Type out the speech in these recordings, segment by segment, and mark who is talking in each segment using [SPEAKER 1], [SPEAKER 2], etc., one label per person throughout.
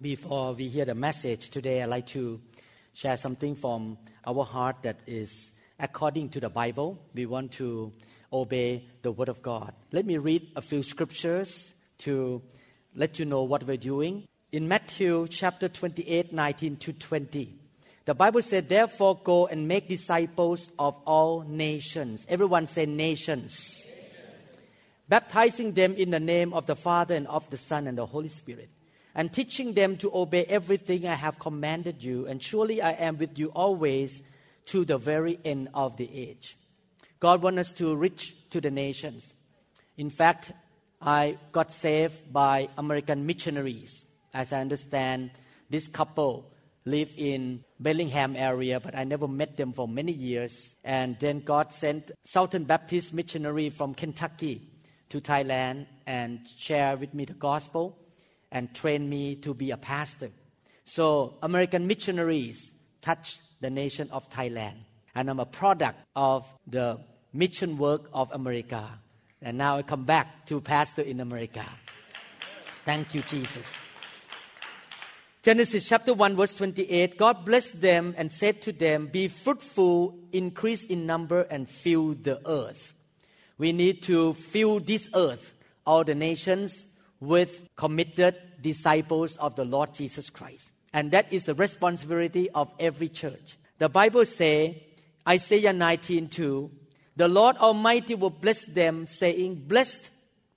[SPEAKER 1] Before we hear the message today, I'd like to share something from our heart that is according to the Bible. We want to obey the Word of God. Let me read a few scriptures to let you know what we're doing. In Matthew chapter 28, 19 to 20, the Bible said, Therefore, go and make disciples of all nations. Everyone say, nations. Baptizing them in the name of the Father and of the Son and the Holy Spirit and teaching them to obey everything I have commanded you, and surely I am with you always to the very end of the age. God wants us to reach to the nations. In fact, I got saved by American missionaries. As I understand, this couple live in Bellingham area, but I never met them for many years. And then God sent Southern Baptist missionary from Kentucky to Thailand and share with me the gospel and trained me to be a pastor. So American missionaries touched the nation of Thailand, and I'm a product of the mission work of America. And now I come back to pastor in America. Thank you, Jesus. Genesis chapter 1, verse 28 God blessed them and said to them, Be fruitful, increase in number, and fill the earth. We need to fill this earth, all the nations, with committed disciples of the Lord Jesus Christ. And that is the responsibility of every church. The Bible says, Isaiah 19:2, the Lord Almighty will bless them, saying, Blessed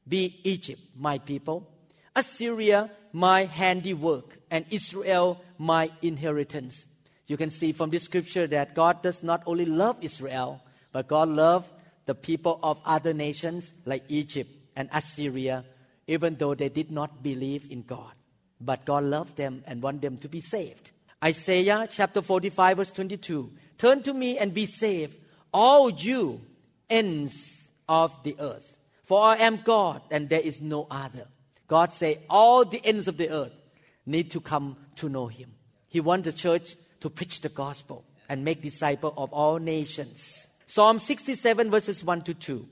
[SPEAKER 1] be Egypt, my people, Assyria, my handiwork, and Israel, my inheritance. You can see from this scripture that God does not only love Israel, but God loves the people of other nations like Egypt and Assyria even though they did not believe in God. But God loved them and wanted them to be saved. Isaiah chapter 45, verse 22 Turn to me and be saved, all you ends of the earth. For I am God and there is no other. God say all the ends of the earth need to come to know him. He wants the church to preach the gospel and make disciple of all nations. Psalm 67 verses 1 to 2.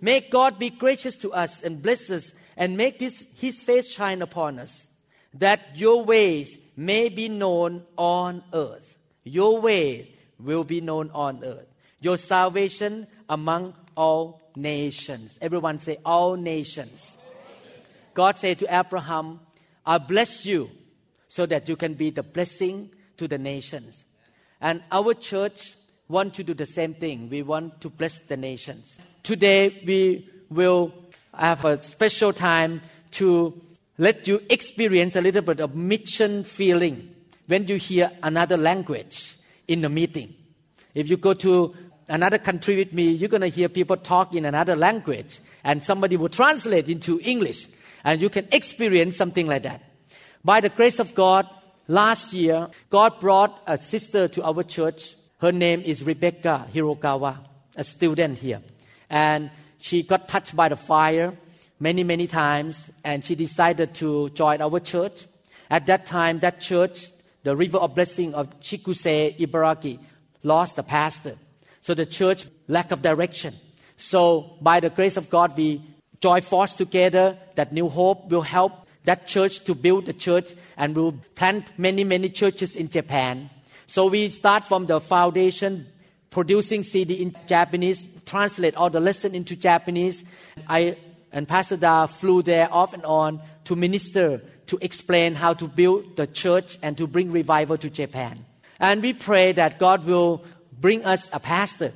[SPEAKER 1] May God be gracious to us and bless us and make this, his face shine upon us, that your ways may be known on earth. Your ways will be known on earth. Your salvation among all nations. Everyone say, all nations. God said to Abraham, I bless you so that you can be the blessing to the nations. And our church want to do the same thing. We want to bless the nations. Today we will I have a special time to let you experience a little bit of mission feeling when you hear another language in a meeting. If you go to another country with me, you're going to hear people talk in another language, and somebody will translate into English, and you can experience something like that. By the grace of God, last year, God brought a sister to our church. Her name is Rebecca Hirokawa, a student here. And she got touched by the fire many many times and she decided to join our church at that time that church the river of blessing of chikuse ibaraki lost the pastor so the church lack of direction so by the grace of god we join force together that new hope will help that church to build the church and will plant many many churches in japan so we start from the foundation producing CD in Japanese, translate all the lesson into Japanese. I and Pastor Da flew there off and on to minister, to explain how to build the church and to bring revival to Japan. And we pray that God will bring us a pastor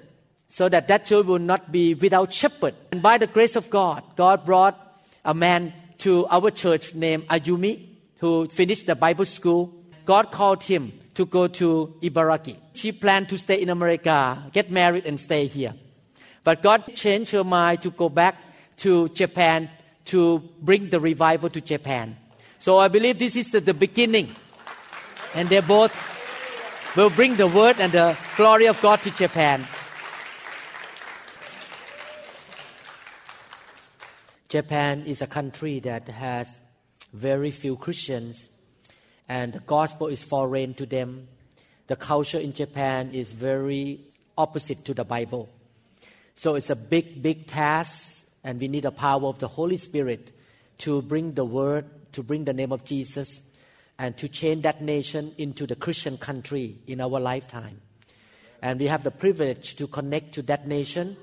[SPEAKER 1] so that that church will not be without shepherd. And by the grace of God, God brought a man to our church named Ayumi who finished the Bible school. God called him to go to Ibaraki. She planned to stay in America, get married, and stay here. But God changed her mind to go back to Japan to bring the revival to Japan. So I believe this is the, the beginning. And they both will bring the word and the glory of God to Japan. Japan is a country that has very few Christians and the gospel is foreign to them. The culture in Japan is very opposite to the Bible. So it's a big, big task, and we need the power of the Holy Spirit to bring the word, to bring the name of Jesus, and to change that nation into the Christian country in our lifetime. And we have the privilege to connect to that nation.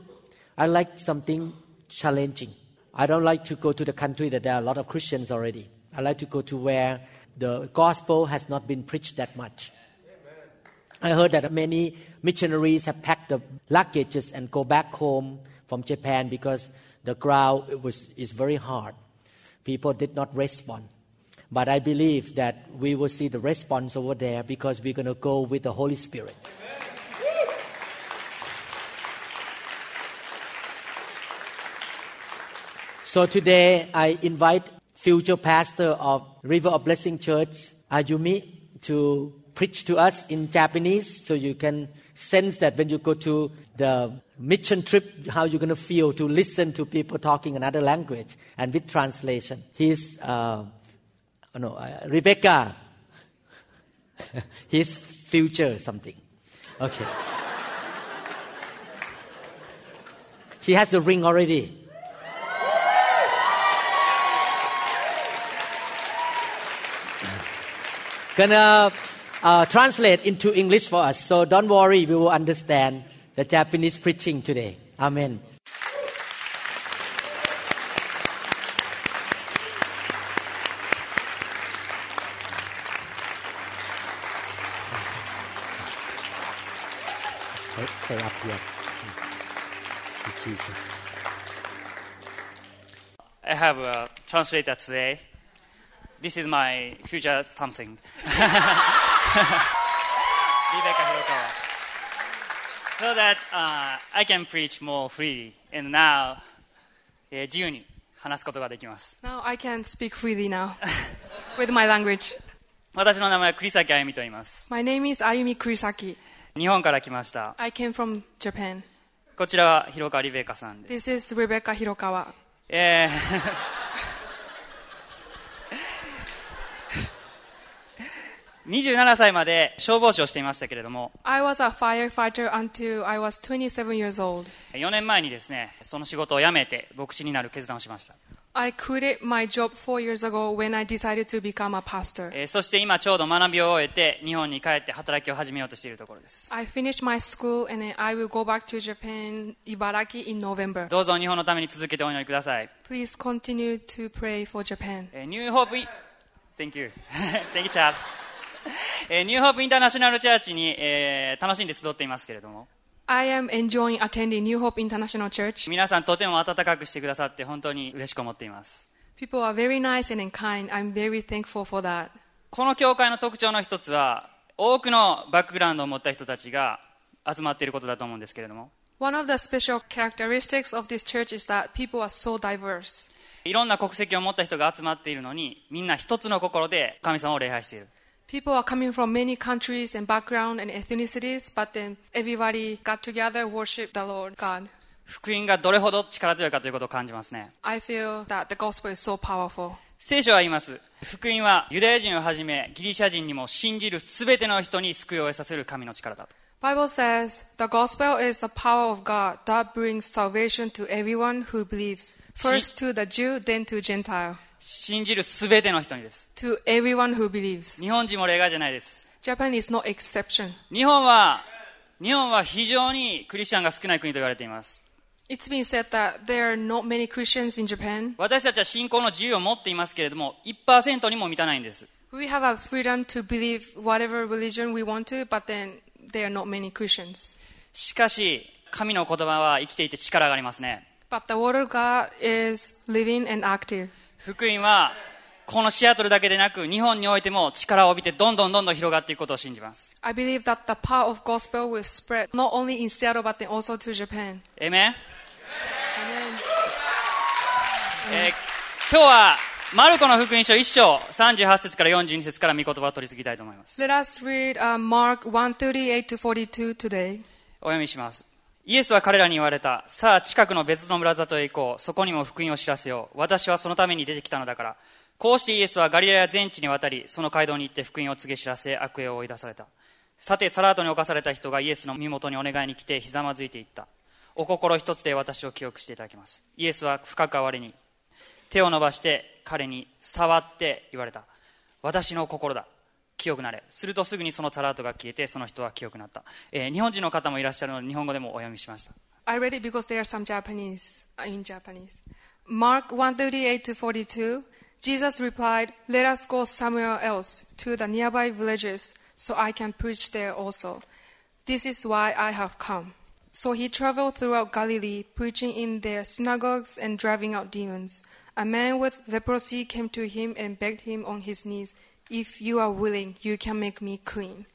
[SPEAKER 1] I like something challenging. I don't like to go to the country that there are a lot of Christians already. I like to go to where the gospel has not been preached that much. I heard that many missionaries have packed the luggages and go back home from Japan because the crowd it was, is very hard. People did not respond. But I believe that we will see the response over there because we're going to go with the Holy Spirit. So today I invite future pastor of River of Blessing Church, Ayumi, to preach to us in Japanese so you can sense that when you go to the mission trip, how you're going to feel to listen to people talking another language and with translation. He's, uh, no, uh, Rebecca. His future something. Okay. he has the ring already. Gonna uh, translate into English for us. So don't worry, we will understand the Japanese preaching today. Amen. Stay, stay up here. Jesus.
[SPEAKER 2] I have a translator today. This is my future something. Rebecca Hirokawa. So that uh, I can preach more freely. And now, えー自由に話すことができます。
[SPEAKER 3] Now I can speak freely now with my language.
[SPEAKER 2] 私の名前は栗崎あゆみと言います。
[SPEAKER 3] My name is Ayumi Kurisaki.
[SPEAKER 2] 日本から来ました。
[SPEAKER 3] I came from Japan.
[SPEAKER 2] こちらは広川リベカさんです。
[SPEAKER 3] This is Rebecca Hirokawa.
[SPEAKER 2] えー 27歳まで消防士をしていましたけれども
[SPEAKER 3] I was a firefighter until I was 27 years old.
[SPEAKER 2] 4年前にですねその仕事を辞めて牧師になる決断をしました、
[SPEAKER 3] I quit my job four years ago when I decided to become a pastor.
[SPEAKER 2] えーそして今ちょうど学びを終えて日本に帰って働きを始めようとしているところです
[SPEAKER 3] I finished my school and then I will go back to Japan, Ibaraki, in November.
[SPEAKER 2] どうぞ日本のために続けてお祈りください、
[SPEAKER 3] Please continue to pray for Japan.
[SPEAKER 2] えーニューホープイン Thank you Thank you Chad えーニューホープインターナショナルチャーチに、えー楽しんで集っていますけれども
[SPEAKER 3] I am enjoying attending New Hope International Church.
[SPEAKER 2] 皆さんとても温かくしてくださって本当に嬉しく思っています
[SPEAKER 3] People are very nice and kind. I'm very thankful for that.
[SPEAKER 2] この教会の特徴の一つは多くのバックグラウンドを持った人たちが集まっていることだと思うんですけれども
[SPEAKER 3] One of the special characteristics of this church is that people are so diverse.
[SPEAKER 2] いろんな国籍を持った人が集まっているのにみんな一つの心で神様を礼拝している
[SPEAKER 3] People are coming from many countries and background and ethnicities, but then everybody got together, worship the Lord God.
[SPEAKER 2] 福音がどれほど力強いかということを感じますね
[SPEAKER 3] I feel that the gospel is so powerful.
[SPEAKER 2] 聖書は言います福音はユダヤ人をはじめギリシャ人にも信じる全ての人に救いを得させる神の力だと
[SPEAKER 3] Bible says the gospel is the power of God that brings salvation to everyone who believes. First to the Jew, then to Gentile.
[SPEAKER 2] 信じる全ての人にです
[SPEAKER 3] To everyone who believes.
[SPEAKER 2] 日本人も例外じゃないです
[SPEAKER 3] Japan is no exception.
[SPEAKER 2] 日本は日本は非常にクリスチャンが少ない国と言われています
[SPEAKER 3] It's been said that there are not many Christians in Japan.
[SPEAKER 2] 私たちは信仰の自由を持っていますけれども1%にも満たないんです
[SPEAKER 3] We have a freedom to believe whatever religion we want to, but then there are not many Christians.
[SPEAKER 2] しかし神の言葉は生きていて力がありますね
[SPEAKER 3] But the Word of God is living and active.
[SPEAKER 2] 福音はこのシアトルだけでなく日本においても力を帯びてどんどんどんどん広がっていくことを信じます
[SPEAKER 3] I believe that the power of gospel will spread not only in Seattle but then also to Japan.
[SPEAKER 2] えめン
[SPEAKER 3] Amen.
[SPEAKER 2] えー今日はマルコの福音書1章38節から42節から御言葉を取り次ぎたいと思います
[SPEAKER 3] Let us read uh, Mark 138 to 42 today.
[SPEAKER 2] お読みしますイエスは彼らに言われたさあ近くの別の村里へ行こうそこにも福音を知らせよう私はそのために出てきたのだからこうしてイエスはガリラヤ全地に渡りその街道に行って福音を告げ知らせ悪霊を追い出されたさてサラートに侵された人がイエスの身元にお願いに来てひざまずいていったお心一つで私を記憶していただきますイエスは深く哀れに手を伸ばして彼に触って言われた私の心だ。清くなれ。するとすぐにそのサラートが消えて、その人は清くなった。えー日本人の方もいらっしゃるので、日本語でもお読みしました。
[SPEAKER 3] I read it because there are some Japanese uh, in Japanese. Mark 138 to 42. Jesus replied, "Let us go somewhere else to the nearby villages so I can preach there also. This is why I have come." So he traveled throughout Galilee, preaching in their synagogues and driving out demons. A man with leprosy came to him and begged him on his knees, "If you are willing, you can make me clean."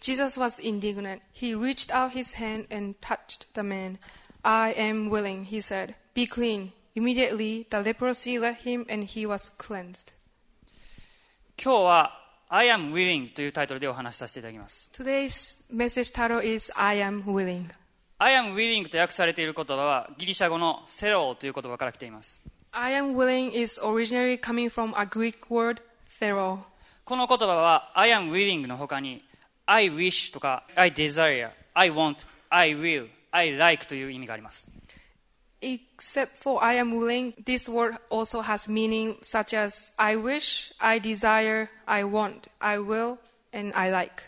[SPEAKER 3] Jesus was indignant. He reached out his hand and touched the man. I am willing, he said. Be clean. Immediately the leprosy left him and he was cleansed.
[SPEAKER 2] 今日は、I am willing というタイトルでお話しさせていただきます。
[SPEAKER 3] Today's message title is I am willing.
[SPEAKER 2] I am willing と訳されている言葉は、ギリシャ語のセローという言葉から来ています。
[SPEAKER 3] I am willing is originally coming from a Greek word, thero.
[SPEAKER 2] この言葉は、I am willing の他に、I wish とか、I desire、I want、I will、I like という意味があります。
[SPEAKER 3] Except for I am willing, this word also has meaning such as I wish, I desire, I want, I will, and I like.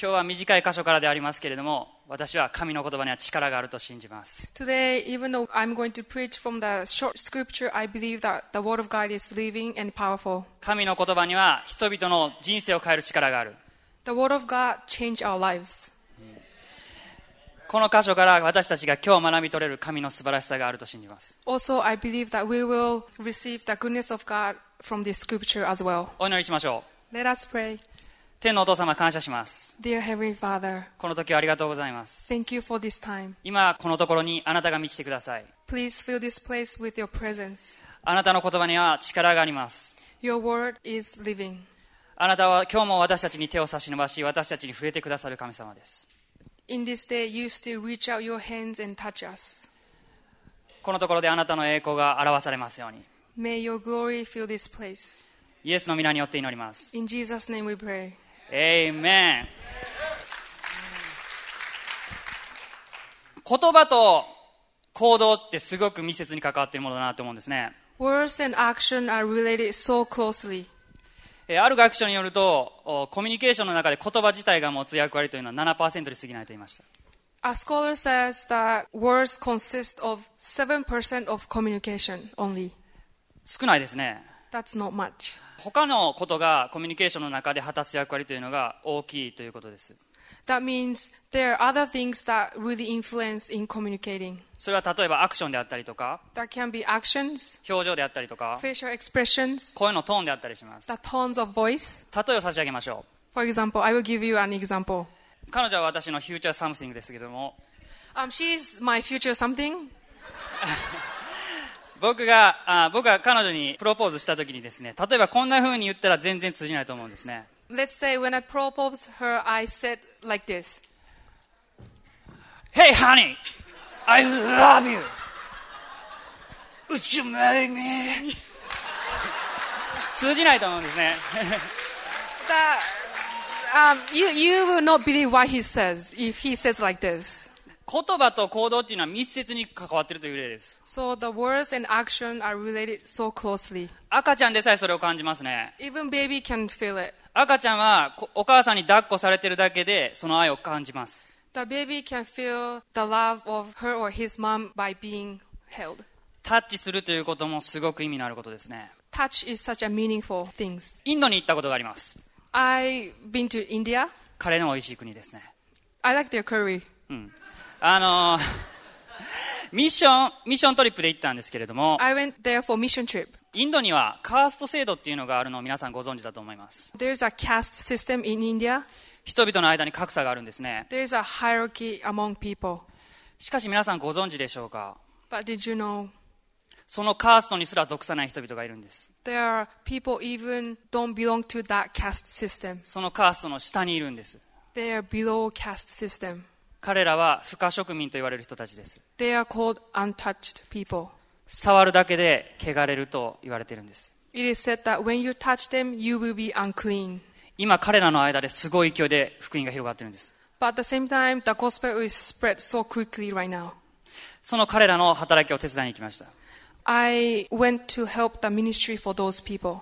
[SPEAKER 2] 今日は短い箇所からでありますけれども、私は神の言葉には力があると信じます。
[SPEAKER 3] Today, even though I'm going to preach from the short scripture, I believe that the Word of God is living and powerful.
[SPEAKER 2] 神の言葉には人々の人生を変える力がある。
[SPEAKER 3] The Word of God changed our lives.
[SPEAKER 2] この箇所から私たちが今日学び取れる神の素晴らしさがあると信じます。
[SPEAKER 3] Also, I believe that we will receive the goodness of God from this scripture as well.
[SPEAKER 2] お祈りしましょう。
[SPEAKER 3] Let us pray.
[SPEAKER 2] 天のお父様感謝します。
[SPEAKER 3] Dear Heavenly Father,
[SPEAKER 2] この時はありがとうございます。
[SPEAKER 3] thank you for this time.
[SPEAKER 2] 今このところにあなたが満ちてください。
[SPEAKER 3] Please fill this place with your presence.
[SPEAKER 2] あなたの言葉には力があります。
[SPEAKER 3] Your Word is living.
[SPEAKER 2] あなたは今日も私たちに手を差し伸ばし、私たちに触れてくださる神様です。
[SPEAKER 3] In this day, you still reach out your hands and touch us.
[SPEAKER 2] このところであなたの栄光が表されますように。
[SPEAKER 3] May your glory fill this place.
[SPEAKER 2] イエスの皆によって祈ります。
[SPEAKER 3] In Jesus' name we pray.
[SPEAKER 2] Amen 言葉と行動ってすごく密接に関わっているものだなと思うんですね。
[SPEAKER 3] Words and action are related so closely.
[SPEAKER 2] えーある学者によると、おコミュニケーションの中で言葉自体が持つ役割というのは7%に過ぎないと言いました。
[SPEAKER 3] A scholar says that words consist of 7% of communication only.
[SPEAKER 2] 少ないですね。
[SPEAKER 3] That's not much.
[SPEAKER 2] 他のことがコミュニケーションの中で果たす役割というのが大きいということです。
[SPEAKER 3] That means there are other things that really influence in communicating.
[SPEAKER 2] それは例えばアクションであったりとか、
[SPEAKER 3] That can be actions,
[SPEAKER 2] 表情であったりとか、
[SPEAKER 3] facial expressions,
[SPEAKER 2] 声のトーンであったりします。
[SPEAKER 3] the tones of voice.
[SPEAKER 2] 例えを差し上げましょ
[SPEAKER 3] For example, I will give you an example.
[SPEAKER 2] う。彼女は私のフューチャーサムシングですけども、
[SPEAKER 3] Um, she's my future something.
[SPEAKER 2] 僕があ僕が彼女にプロポーズした時にですね例えばこんな風に言ったら全然通じないと思うんですね
[SPEAKER 3] Let's say when I proposed her, I said like this.
[SPEAKER 2] 「Hey honey I love you Would you marry me?」通じないと思うんですね
[SPEAKER 3] That um, you you will not believe what he says if he says like this.
[SPEAKER 2] 言葉と行動っていうのは密接に関わってるという例です
[SPEAKER 3] So the words and action are related so closely.
[SPEAKER 2] 赤ちゃんでさえそれを感じますね
[SPEAKER 3] Even baby can feel it.
[SPEAKER 2] 赤ちゃんはこお母さんに抱っこされてるだけでその愛を感じます
[SPEAKER 3] The baby can feel the love of her or his mom by being held.
[SPEAKER 2] タッチするということもすごく意味のあることですね
[SPEAKER 3] Touch is such a meaningful thing.
[SPEAKER 2] インドに行ったことがあります
[SPEAKER 3] I've been to India.
[SPEAKER 2] カレーの美味しい国ですね
[SPEAKER 3] I like their curry.
[SPEAKER 2] あのーミッション、ミッショントリップで行ったんですけれども、
[SPEAKER 3] I went there for mission trip.
[SPEAKER 2] インドにはカースト制度っていうのがあるのを皆さんご存知だと思います。
[SPEAKER 3] There's a caste system in India.
[SPEAKER 2] 人々の間に格差があるんですね。
[SPEAKER 3] There's a hierarchy among people.
[SPEAKER 2] しかし皆さんご存知でしょうか
[SPEAKER 3] But did you know
[SPEAKER 2] そのカーストにすら属さない人々がいるんです。
[SPEAKER 3] there are people even don't belong to that caste system.
[SPEAKER 2] そのカーストの下にいるんです。
[SPEAKER 3] They are below caste system.
[SPEAKER 2] 彼らは不可植民と言われる人たちです。
[SPEAKER 3] They are called untouched people.
[SPEAKER 2] 触るだけで汚れると言われているんです。
[SPEAKER 3] It is said that when you touch them, you will be unclean.
[SPEAKER 2] 今彼らの間ですごい勢いで福音が広がってるんです。
[SPEAKER 3] But at the same time, the gospel is spread so quickly right now.
[SPEAKER 2] その彼らの働きを手伝いに行きました。
[SPEAKER 3] I went to help the ministry for those people.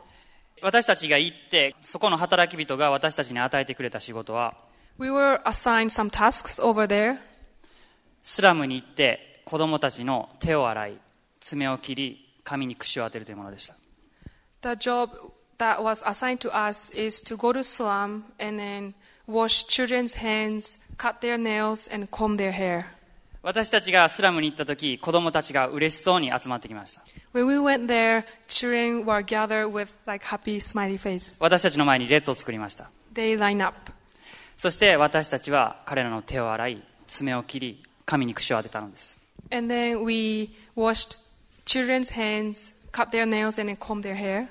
[SPEAKER 2] 私たちが行って、そこの働き人が私たちに与えてくれた仕事は、
[SPEAKER 3] We were assigned some tasks over there.
[SPEAKER 2] スラムに行って子供たちの手を洗い、爪を切り、髪に櫛を当てるというものでした。
[SPEAKER 3] The job that was assigned to us is to go to slum and then wash children's hands, cut their nails, and comb their hair.
[SPEAKER 2] 私たちがスラムに行った時、子供たちが嬉しそうに集まってきました。
[SPEAKER 3] When we went there, children were gathered with like happy smiley face.
[SPEAKER 2] 私たちの前に列を作りました。
[SPEAKER 3] They line up.
[SPEAKER 2] そして私たちは彼らの手を洗い、爪を切り、髪に櫛を当てたのです。
[SPEAKER 3] And then we washed children's hands, cut their nails, and then comb their hair.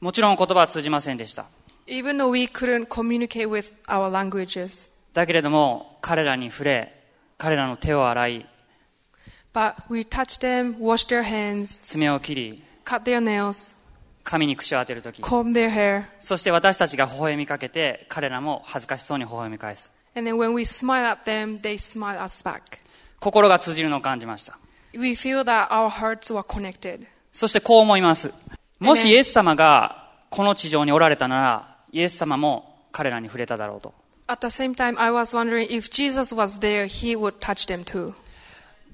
[SPEAKER 2] もちろん言葉は通じませんでした。
[SPEAKER 3] Even though we couldn't communicate with our languages,
[SPEAKER 2] だけれども、彼らに触れ、彼らの手を洗い、
[SPEAKER 3] but we touched them, washed their hands,
[SPEAKER 2] 爪を切り、
[SPEAKER 3] cut their nails,
[SPEAKER 2] 髪に櫛を当てる時
[SPEAKER 3] comb their hair.
[SPEAKER 2] そして私たちが微笑みかけて、彼らも恥ずかしそうに微笑み返す。
[SPEAKER 3] And then when we smile at them, they smile us back.
[SPEAKER 2] 心が通じるのを感じました。
[SPEAKER 3] We feel that our hearts were connected.
[SPEAKER 2] そしてこう思います。もしイエス様がこの地上におられたなら、イエス様も彼らに触れただろうと。
[SPEAKER 3] At the same time, I was wondering if Jesus was there, he would touch them too.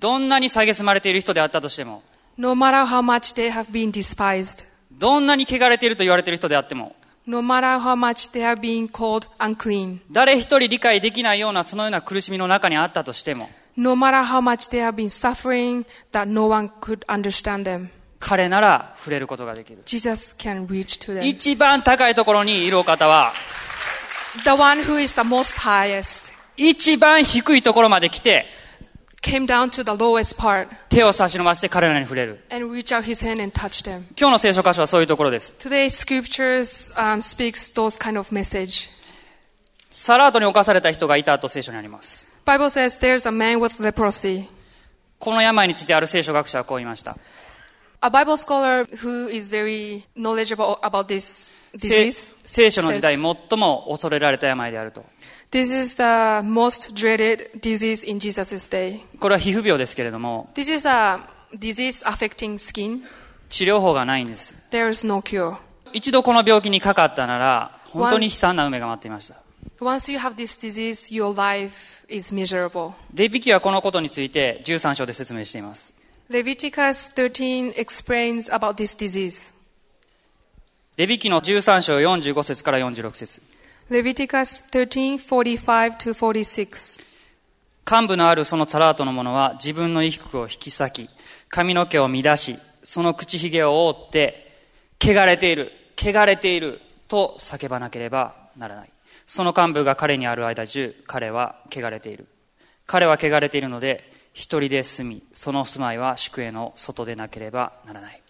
[SPEAKER 2] どんなに蔑まれている人であったとしても、
[SPEAKER 3] No matter how much they have been despised,
[SPEAKER 2] どんなに汚れていると言われている人であっても、
[SPEAKER 3] no matter how much they have been called unclean,
[SPEAKER 2] 誰一人理解できないようなそのような苦しみの中にあったとしても、
[SPEAKER 3] no matter how much they have been suffering that no one could understand them,
[SPEAKER 2] 彼なら触れることができる。
[SPEAKER 3] Jesus can reach to them.
[SPEAKER 2] 一番高いところにいるお方は、
[SPEAKER 3] The one who is the most highest
[SPEAKER 2] 一番低いところまで来て、
[SPEAKER 3] came down to the lowest part
[SPEAKER 2] 手を差し伸ばして彼らに触れる。
[SPEAKER 3] and reached out his hand and touched them.
[SPEAKER 2] 今日の聖書箇所はそういうところです。
[SPEAKER 3] Today's scriptures um, speaks those kind of message.
[SPEAKER 2] サラートに侵された人がいたと聖書にあります。
[SPEAKER 3] Bible says there's a man with leprosy.
[SPEAKER 2] この病についてある聖書学者はこう言いました。
[SPEAKER 3] A Bible scholar who is very knowledgeable about this
[SPEAKER 2] せ
[SPEAKER 3] disease.
[SPEAKER 2] 聖書の時代
[SPEAKER 3] says-
[SPEAKER 2] 最も恐れられた病であると。
[SPEAKER 3] This is the most dreaded disease in Jesus' day.
[SPEAKER 2] これは皮膚病ですけれども、
[SPEAKER 3] This is a disease affecting skin.
[SPEAKER 2] 治療法がないんです。
[SPEAKER 3] There is no cure.
[SPEAKER 2] 一度この病気にかかったなら、本当に悲惨な運命が待っていました。
[SPEAKER 3] Once you have this disease, your life is miserable.
[SPEAKER 2] レビキはこのことについて13章で説明しています。
[SPEAKER 3] Leviticus 13 explains about this disease.
[SPEAKER 2] レビキの13章45節から46節
[SPEAKER 3] Leviticus 13, 45 to 46.
[SPEAKER 2] 幹部のあるそのサラートの者は自分の衣服を引き裂き、髪の毛を乱し、その口ひげを覆って、汚れている、汚れている、と叫ばなければならない。その幹部が彼にある間中、彼は汚れている。彼は汚れているので、一人で住み、その住まいは宿営の外でなければならない。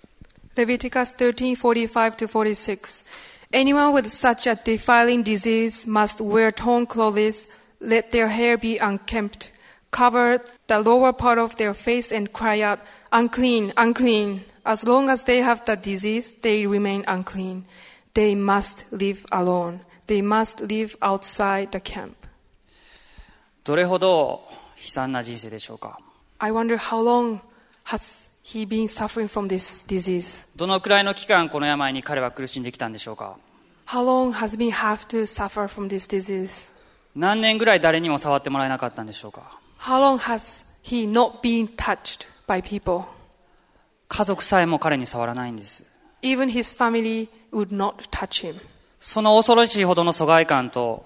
[SPEAKER 3] Leviticus 13, 45 to 46. Anyone with such a defiling disease must wear torn clothes, let their hair be unkempt, cover the lower part of their face and cry out, unclean, unclean. As long as they have the disease, they remain unclean. They must live alone. They must live outside the camp.
[SPEAKER 2] どれほど悲惨な人生でしょうか。
[SPEAKER 3] I wonder how long has he been suffering from this disease?
[SPEAKER 2] どのくらいの期間この病に彼は苦しんできたんでしょうか
[SPEAKER 3] How long has he have to suffer from this disease?
[SPEAKER 2] 何年ぐらい誰にも触ってもらえなかったんでしょうか
[SPEAKER 3] How long has he not been touched by people?
[SPEAKER 2] 家族さえも彼に触らないんです
[SPEAKER 3] Even his family would not touch him.
[SPEAKER 2] その恐ろしいほどの疎外感と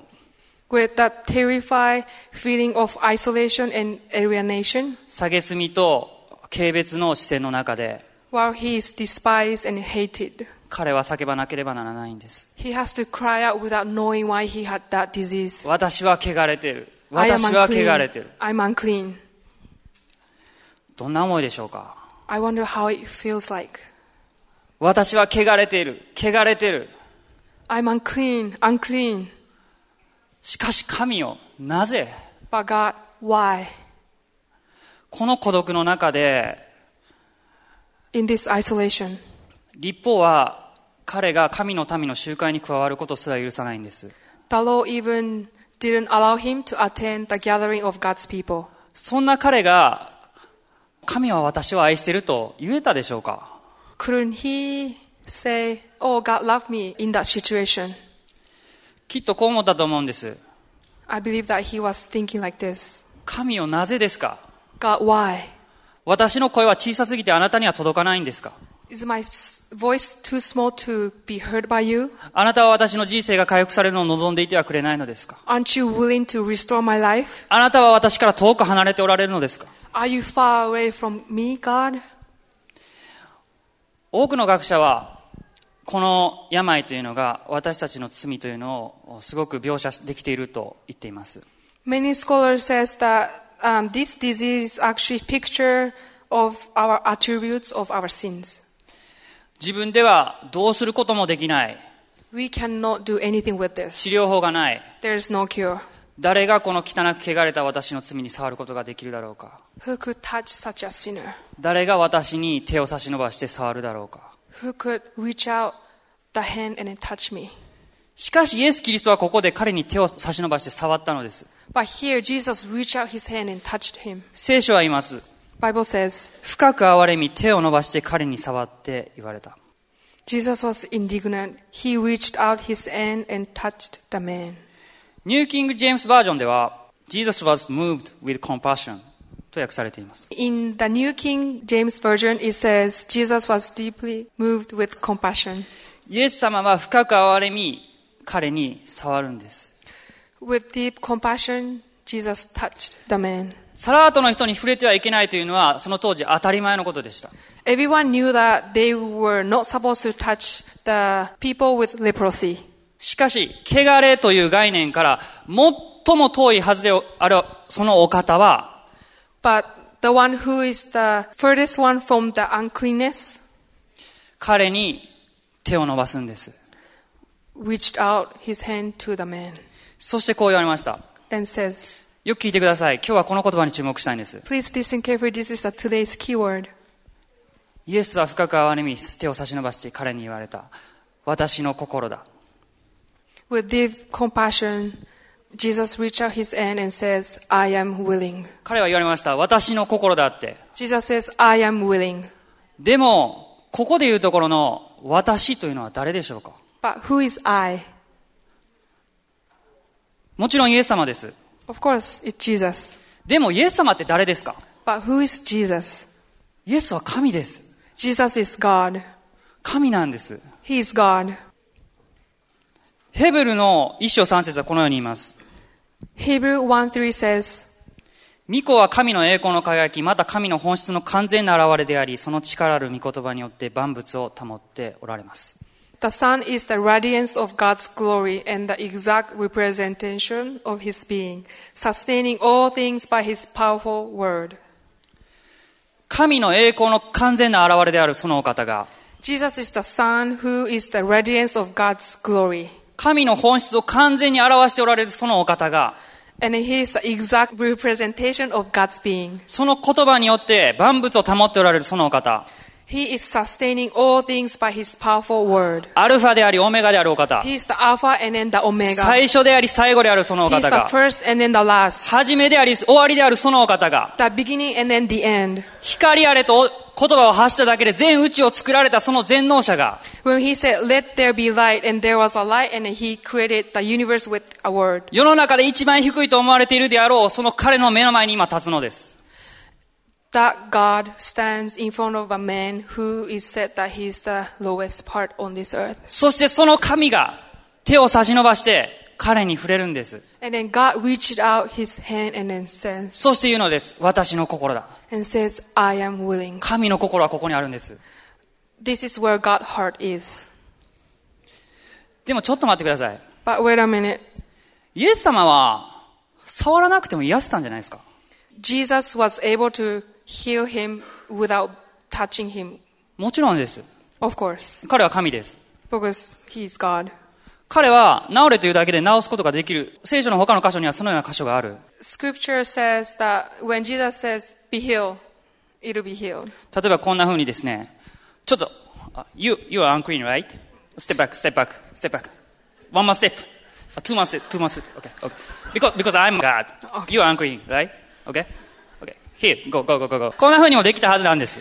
[SPEAKER 3] With that terrified feeling of isolation and alienation,
[SPEAKER 2] 蔑みと軽蔑の視線の中で
[SPEAKER 3] while he is despised and hated,
[SPEAKER 2] 彼は叫ばなければならないんです
[SPEAKER 3] he has to cry out without knowing why he had that disease.
[SPEAKER 2] 私は汚れてる
[SPEAKER 3] I am
[SPEAKER 2] 私は汚れてる
[SPEAKER 3] unclean. I'm unclean.
[SPEAKER 2] どんな思いでしょうか
[SPEAKER 3] I wonder how it feels like.
[SPEAKER 2] 私は汚れている汚れてる
[SPEAKER 3] I'm unclean, unclean.
[SPEAKER 2] しかし神よなぜ
[SPEAKER 3] But God, why?
[SPEAKER 2] この孤独の中で
[SPEAKER 3] In this isolation,
[SPEAKER 2] 立法は彼が神の民の集会に加わることすら許さないんです
[SPEAKER 3] the law even didn't allow him to attend the gathering of God's people.
[SPEAKER 2] そんな彼が神は私を愛していると言えたでしょうか
[SPEAKER 3] Couldn't he say, Oh, God loved me in that situation.
[SPEAKER 2] きっとこう思ったと思うんです
[SPEAKER 3] I believe that he was thinking like this
[SPEAKER 2] 神よなぜですか
[SPEAKER 3] God, why?
[SPEAKER 2] 私の声は小さすぎてあなたには届かないんですか
[SPEAKER 3] Is my s- voice too small to be heard by you?
[SPEAKER 2] あなたは私の人生が回復されるのを望んでいてはくれないのですか
[SPEAKER 3] Aren't you willing to restore my life?
[SPEAKER 2] あなたは私から遠く離れておられるのですか
[SPEAKER 3] Are you far away from me, God?
[SPEAKER 2] 多くの学者はこの病というのが私たちの罪というのをすごく描写できていると言っています
[SPEAKER 3] Many scholars says that um, this disease actually picture of our attributes of our sins.
[SPEAKER 2] 自分ではどうすることもできない
[SPEAKER 3] We cannot do anything with
[SPEAKER 2] 治
[SPEAKER 3] this.
[SPEAKER 2] 療法がない
[SPEAKER 3] There is no cure.
[SPEAKER 2] 誰がこの汚く汚れた私の罪に触ることができるだろうか
[SPEAKER 3] Who could touch such a sinner?
[SPEAKER 2] 誰が私に手を差し伸ばして触るだろうか
[SPEAKER 3] Who could reach out the hand and touch me?
[SPEAKER 2] しかしイエス・キリストはここで彼に手を差し伸ばして触ったのです
[SPEAKER 3] But here Jesus reached out his hand and touched him.
[SPEAKER 2] 聖書は言います。
[SPEAKER 3] Bible says
[SPEAKER 2] 深く憐れみ、手を伸ばして彼に触って言われた。
[SPEAKER 3] Jesus was indignant. He reached out his hand and touched the man.
[SPEAKER 2] ニューキング・ジェームスバージョンでは、Jesus was moved with compassion と訳されています。
[SPEAKER 3] In the New King James Version, it says Jesus was deeply moved with compassion.
[SPEAKER 2] イエス様は深く憐れみ、彼に触るんです。
[SPEAKER 3] With deep compassion, Jesus touched the man.
[SPEAKER 2] サラートの人に触れてはいけないというのは、その当時当たり前のことでした。
[SPEAKER 3] Everyone knew that they were not supposed to touch the people with leprosy.
[SPEAKER 2] しかし、汚れという概念から、最も遠いはずである、そのお方は、
[SPEAKER 3] But the one who is the furthest one from the uncleanness
[SPEAKER 2] 彼に手を伸ばすんです。
[SPEAKER 3] reached out his hand to the man
[SPEAKER 2] そしてこう言われました。
[SPEAKER 3] and says,
[SPEAKER 2] よく聞いてください。今日はこの言葉に注目したいんです。
[SPEAKER 3] Please listen carefully. This is the, today's keyword.
[SPEAKER 2] イエスは深く憐れみ、手を差し伸ばして彼に言われた。私の心だ。
[SPEAKER 3] With deep compassion, Jesus reached out his hand and says, I am willing.
[SPEAKER 2] 彼は言われました。私の心だって。
[SPEAKER 3] Jesus says, I am willing.
[SPEAKER 2] でも、ここで言うところの私というのは誰でしょうか
[SPEAKER 3] But who is I?
[SPEAKER 2] もちろんイエス様です。
[SPEAKER 3] Of course, it's Jesus.
[SPEAKER 2] でもイエス様って誰ですか
[SPEAKER 3] But who is Jesus?
[SPEAKER 2] イエスは神です。
[SPEAKER 3] Jesus is God.
[SPEAKER 2] 神なんです。
[SPEAKER 3] He is God.
[SPEAKER 2] ヘブルの一章三節はこのように言います。
[SPEAKER 3] Hebrew 1 3 says,
[SPEAKER 2] 御子は神の栄光の輝き、また神の本質の完全な現れであり、その力ある御言葉によって万物を保っておられます。
[SPEAKER 3] The Son is the radiance of God's glory and the exact representation of His being, sustaining all things by His powerful word.
[SPEAKER 2] 神の栄光の完全な現れであるそのお方が、
[SPEAKER 3] Jesus is the Son who is the radiance of God's glory,
[SPEAKER 2] 神の本質を完全に表しておられるそのお方が、
[SPEAKER 3] and He is the exact representation of God's being.
[SPEAKER 2] その言葉によって万物を保っておられるそのお方、
[SPEAKER 3] He is sustaining all things by His powerful word.
[SPEAKER 2] アルファでありオメガであるお方、
[SPEAKER 3] He is the Alpha and then the Omega.
[SPEAKER 2] 最初であり最後であるそのお
[SPEAKER 3] He is
[SPEAKER 2] 方
[SPEAKER 3] the
[SPEAKER 2] が、
[SPEAKER 3] first and then the last,
[SPEAKER 2] 初めであり終わりであるそのお方が、
[SPEAKER 3] the beginning and then the end.
[SPEAKER 2] 光あれと言葉を発しただけで全宇宙を作られたその全能者が、
[SPEAKER 3] When he said, Let there be light, and there was a light, and he created the universe with a word.
[SPEAKER 2] 世の中で一番低いと思われているであろう、その彼の目の前に今立つのです。
[SPEAKER 3] That God stands in front of a man who is said that he is the lowest part on this earth.
[SPEAKER 2] そしてその神が手を差し伸ばして彼に触れるんです。
[SPEAKER 3] And then God reached out his hand and then says,
[SPEAKER 2] そして言うのです。私の心だ。
[SPEAKER 3] and says, I am willing.
[SPEAKER 2] 神の心はここにあるんです。
[SPEAKER 3] This is where God's heart is.
[SPEAKER 2] でもちょっと待ってください。
[SPEAKER 3] But wait a minute.
[SPEAKER 2] イエス様は、触らなくても癒せたんじゃないですか。
[SPEAKER 3] Jesus was able to heal him without touching him.
[SPEAKER 2] もちろんです。
[SPEAKER 3] Of course.
[SPEAKER 2] 彼は神です。
[SPEAKER 3] Because he is God.
[SPEAKER 2] 彼は、治れというだけで治すことができる。聖書の他の箇所にはそのような箇所がある。
[SPEAKER 3] Scripture says that when Jesus says, be healed, it'll be healed.
[SPEAKER 2] 例えばこんな風にですね、ちょっと、あ you, you are unclean, right? Step back, step back, step back. One more step. Ah, Two more step, two more step. Okay, okay. Because, because I'm God. You are unclean, right? Okay? Okay. Here, go, go, go, go, go. こんな風にもできたはずなんです。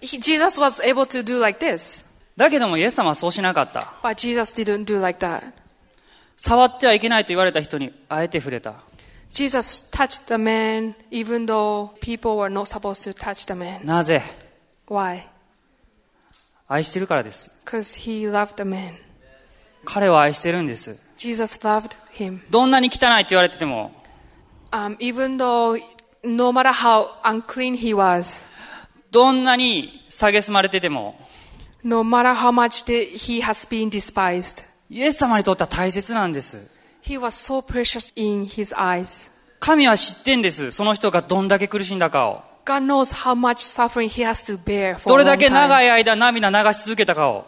[SPEAKER 3] He, Jesus was able to do like this.
[SPEAKER 2] だけどもイエス様はそうしなかった。
[SPEAKER 3] But Jesus didn't do like that.
[SPEAKER 2] 触ってはいけないと言われた人にあえて触れた。
[SPEAKER 3] Jesus touched the man even though people were not supposed to touch the man.
[SPEAKER 2] なぜ
[SPEAKER 3] Why?
[SPEAKER 2] 愛してるからです。
[SPEAKER 3] Because he loved the man.
[SPEAKER 2] 彼は愛してるんです。
[SPEAKER 3] Jesus loved him.
[SPEAKER 2] どんなに汚いと言われてても、
[SPEAKER 3] Um, even though, no matter how unclean he was,
[SPEAKER 2] どんなに蔑まれてても、
[SPEAKER 3] no matter how much the, he has been despised,
[SPEAKER 2] イエス様にとっては大切なんです。
[SPEAKER 3] he was so precious in his eyes.
[SPEAKER 2] 神は知ってんです。その人がどんだけ苦しんだかを。
[SPEAKER 3] God knows how much suffering he has to bear for
[SPEAKER 2] ど
[SPEAKER 3] a
[SPEAKER 2] れだ
[SPEAKER 3] long
[SPEAKER 2] け長
[SPEAKER 3] time.
[SPEAKER 2] い間涙流し続けたかを。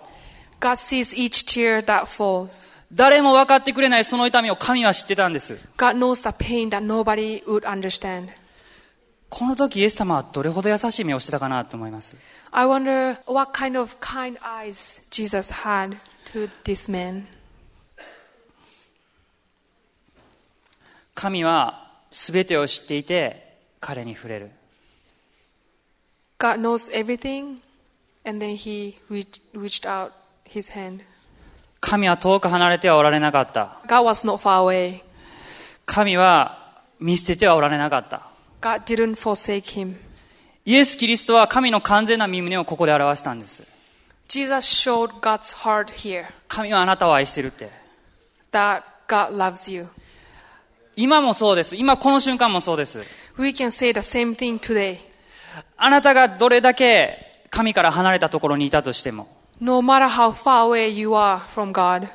[SPEAKER 3] God sees each tear that falls.
[SPEAKER 2] 誰も分かってくれないその痛みを神は知ってたんです。
[SPEAKER 3] God knows the pain that nobody would understand.
[SPEAKER 2] この時イエス様はどれほど優しい目をしてたかなと思います。
[SPEAKER 3] I wonder what kind of kind eyes Jesus had to this man.
[SPEAKER 2] 神は全てを知っていて彼に触れる。
[SPEAKER 3] God knows everything, and then he reach, reached out his hand.
[SPEAKER 2] 神は遠く離れてはおられなかった。
[SPEAKER 3] God was not far away.
[SPEAKER 2] 神は見捨ててはおられなかった。
[SPEAKER 3] God didn't forsake him.
[SPEAKER 2] イエス・キリストは神の完全な身胸をここで表したんです。
[SPEAKER 3] Jesus showed God's heart here
[SPEAKER 2] 神はあなたを愛してるって。
[SPEAKER 3] that God loves you.
[SPEAKER 2] 今もそうです。今この瞬間もそうです。
[SPEAKER 3] We can say the same thing today.
[SPEAKER 2] あなたがどれだけ神から離れたところにいたとしても、
[SPEAKER 3] No matter how far away you are from God,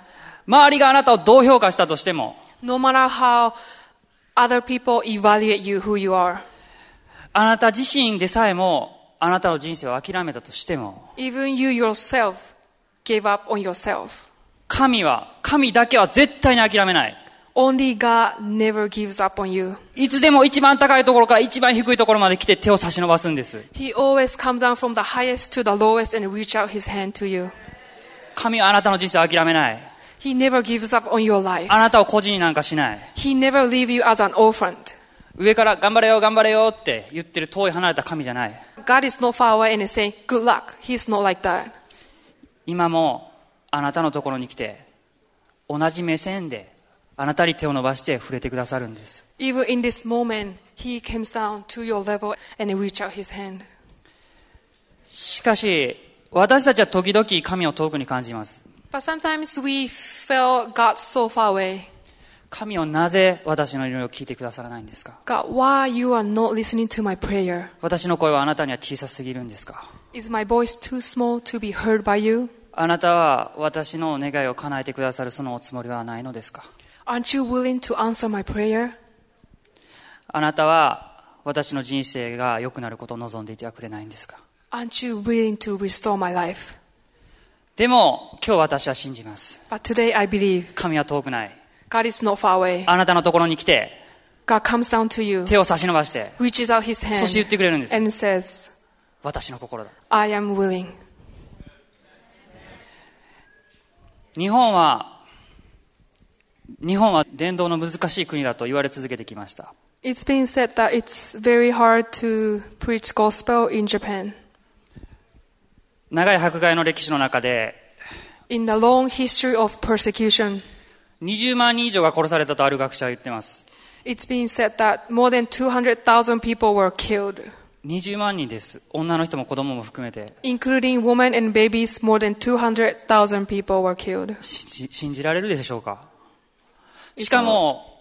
[SPEAKER 2] 周りがあなたをどう評価したとしても、
[SPEAKER 3] no matter how other people evaluate you who you are,
[SPEAKER 2] あなた自身でさえも、あなたの人生を諦めたとしても、
[SPEAKER 3] even you yourself gave up on yourself.
[SPEAKER 2] 神は、神だけは絶対に諦めない。
[SPEAKER 3] Only God never gives up on you.
[SPEAKER 2] いつでも一番高いところから一番低いところまで来て手を差し伸ばすんです。
[SPEAKER 3] He always comes down from the highest to the lowest and reach out his hand to you.
[SPEAKER 2] 神はあなたの人生を諦めない。
[SPEAKER 3] He never gives up on your life.
[SPEAKER 2] あなたを孤児になんかしない。
[SPEAKER 3] He never leave you as an orphan.
[SPEAKER 2] 上から頑張れよ、頑張れよって言ってる遠い離れた神じゃない。
[SPEAKER 3] God is not far away and is saying, good luck. He's not like that.
[SPEAKER 2] 今もあなたのところに来て、同じ目線であなたに手を伸ばして触れてくださるんです。
[SPEAKER 3] Even in this moment, he comes down to your level and reach out his hand.
[SPEAKER 2] しかし、私たちは時々神を遠くに感じます。
[SPEAKER 3] But sometimes we felt God so far away.
[SPEAKER 2] 神をなぜ私の祈りを聞いてくださらないんですか
[SPEAKER 3] God, why you are not listening to my prayer?
[SPEAKER 2] 私の声はあなたには小さすぎるんですか
[SPEAKER 3] Is my voice too small to be heard by you?
[SPEAKER 2] あなたは私の願いを叶えてくださるそのおつもりはないのですか
[SPEAKER 3] Aren't you willing to answer my prayer?
[SPEAKER 2] あなたは私の人生が良くなることを望んでいてはくれないんですか
[SPEAKER 3] Aren't you willing to restore my life?
[SPEAKER 2] でも今日私は信じます。
[SPEAKER 3] But today I believe
[SPEAKER 2] 神は遠くない。
[SPEAKER 3] God is not far away.
[SPEAKER 2] あなたのところに来て
[SPEAKER 3] God comes down to you,
[SPEAKER 2] 手を差し伸ばして、
[SPEAKER 3] reaches out his
[SPEAKER 2] そして言っ
[SPEAKER 3] hand,
[SPEAKER 2] てくれるんです。
[SPEAKER 3] and says,
[SPEAKER 2] 私の心だ。
[SPEAKER 3] I am willing.
[SPEAKER 2] 日本は、日本は伝道の難しい国だと言われ続けてきました。
[SPEAKER 3] It's been said that it's very hard to preach gospel in Japan.
[SPEAKER 2] 長い迫害の歴史の中で、
[SPEAKER 3] In the long history of persecution,
[SPEAKER 2] 20万人以上が殺されたとある学者は言ってます。
[SPEAKER 3] it's been said that more than 200,000 people were killed,
[SPEAKER 2] 20万人です。女の人も子供も含めて。
[SPEAKER 3] including women and babies. More than 200,000 people were killed.
[SPEAKER 2] 信じ信じられるでしょうかしかも、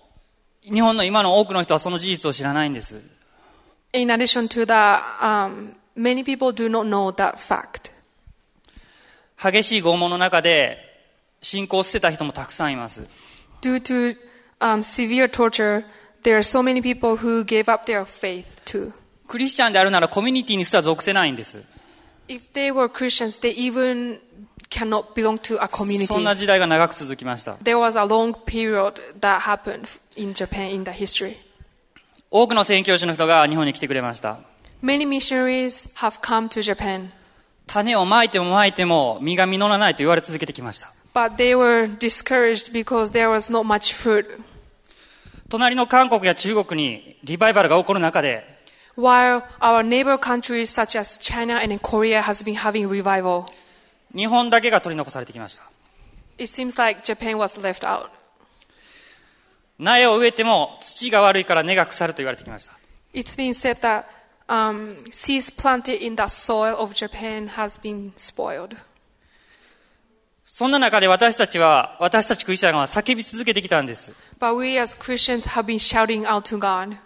[SPEAKER 2] 日本の今の多くの人はその事実を知らないんです。
[SPEAKER 3] In addition to that, um, many people do not know that fact.
[SPEAKER 2] 激しい拷問の中で、信仰を捨てた人もたくさんいます。
[SPEAKER 3] Due to um, severe torture, there are so many people who gave up their faith too.
[SPEAKER 2] クリスチャンであるならコミュニティにすら属せないんです。
[SPEAKER 3] If they were Christians, they even cannot belong to a
[SPEAKER 2] そん
[SPEAKER 3] community.
[SPEAKER 2] な時代が長く続きました。
[SPEAKER 3] There was a long period that happened in Japan in the history.
[SPEAKER 2] 多くの宣教師の人が日本に来てくれました。
[SPEAKER 3] Many missionaries have come to Japan,
[SPEAKER 2] 種をまいてもまいても実が実らないと言われ続けてきました。
[SPEAKER 3] but they were discouraged because there was not much fruit.
[SPEAKER 2] 隣の韓国や中国にリバイバルが起こる中で、
[SPEAKER 3] While our neighbor countries such as China and Korea has been having revival,
[SPEAKER 2] 日本だけが取り残されてきました
[SPEAKER 3] It seems like Japan was left out.
[SPEAKER 2] 苗を植えても土が悪いから根が腐ると言われてきました
[SPEAKER 3] It's been said that um, seeds planted in the soil of Japan has been spoiled.
[SPEAKER 2] そんな中で私たちは私たちクリスチャンは叫び続けてきたんです
[SPEAKER 3] But we as Christians have been shouting out to God,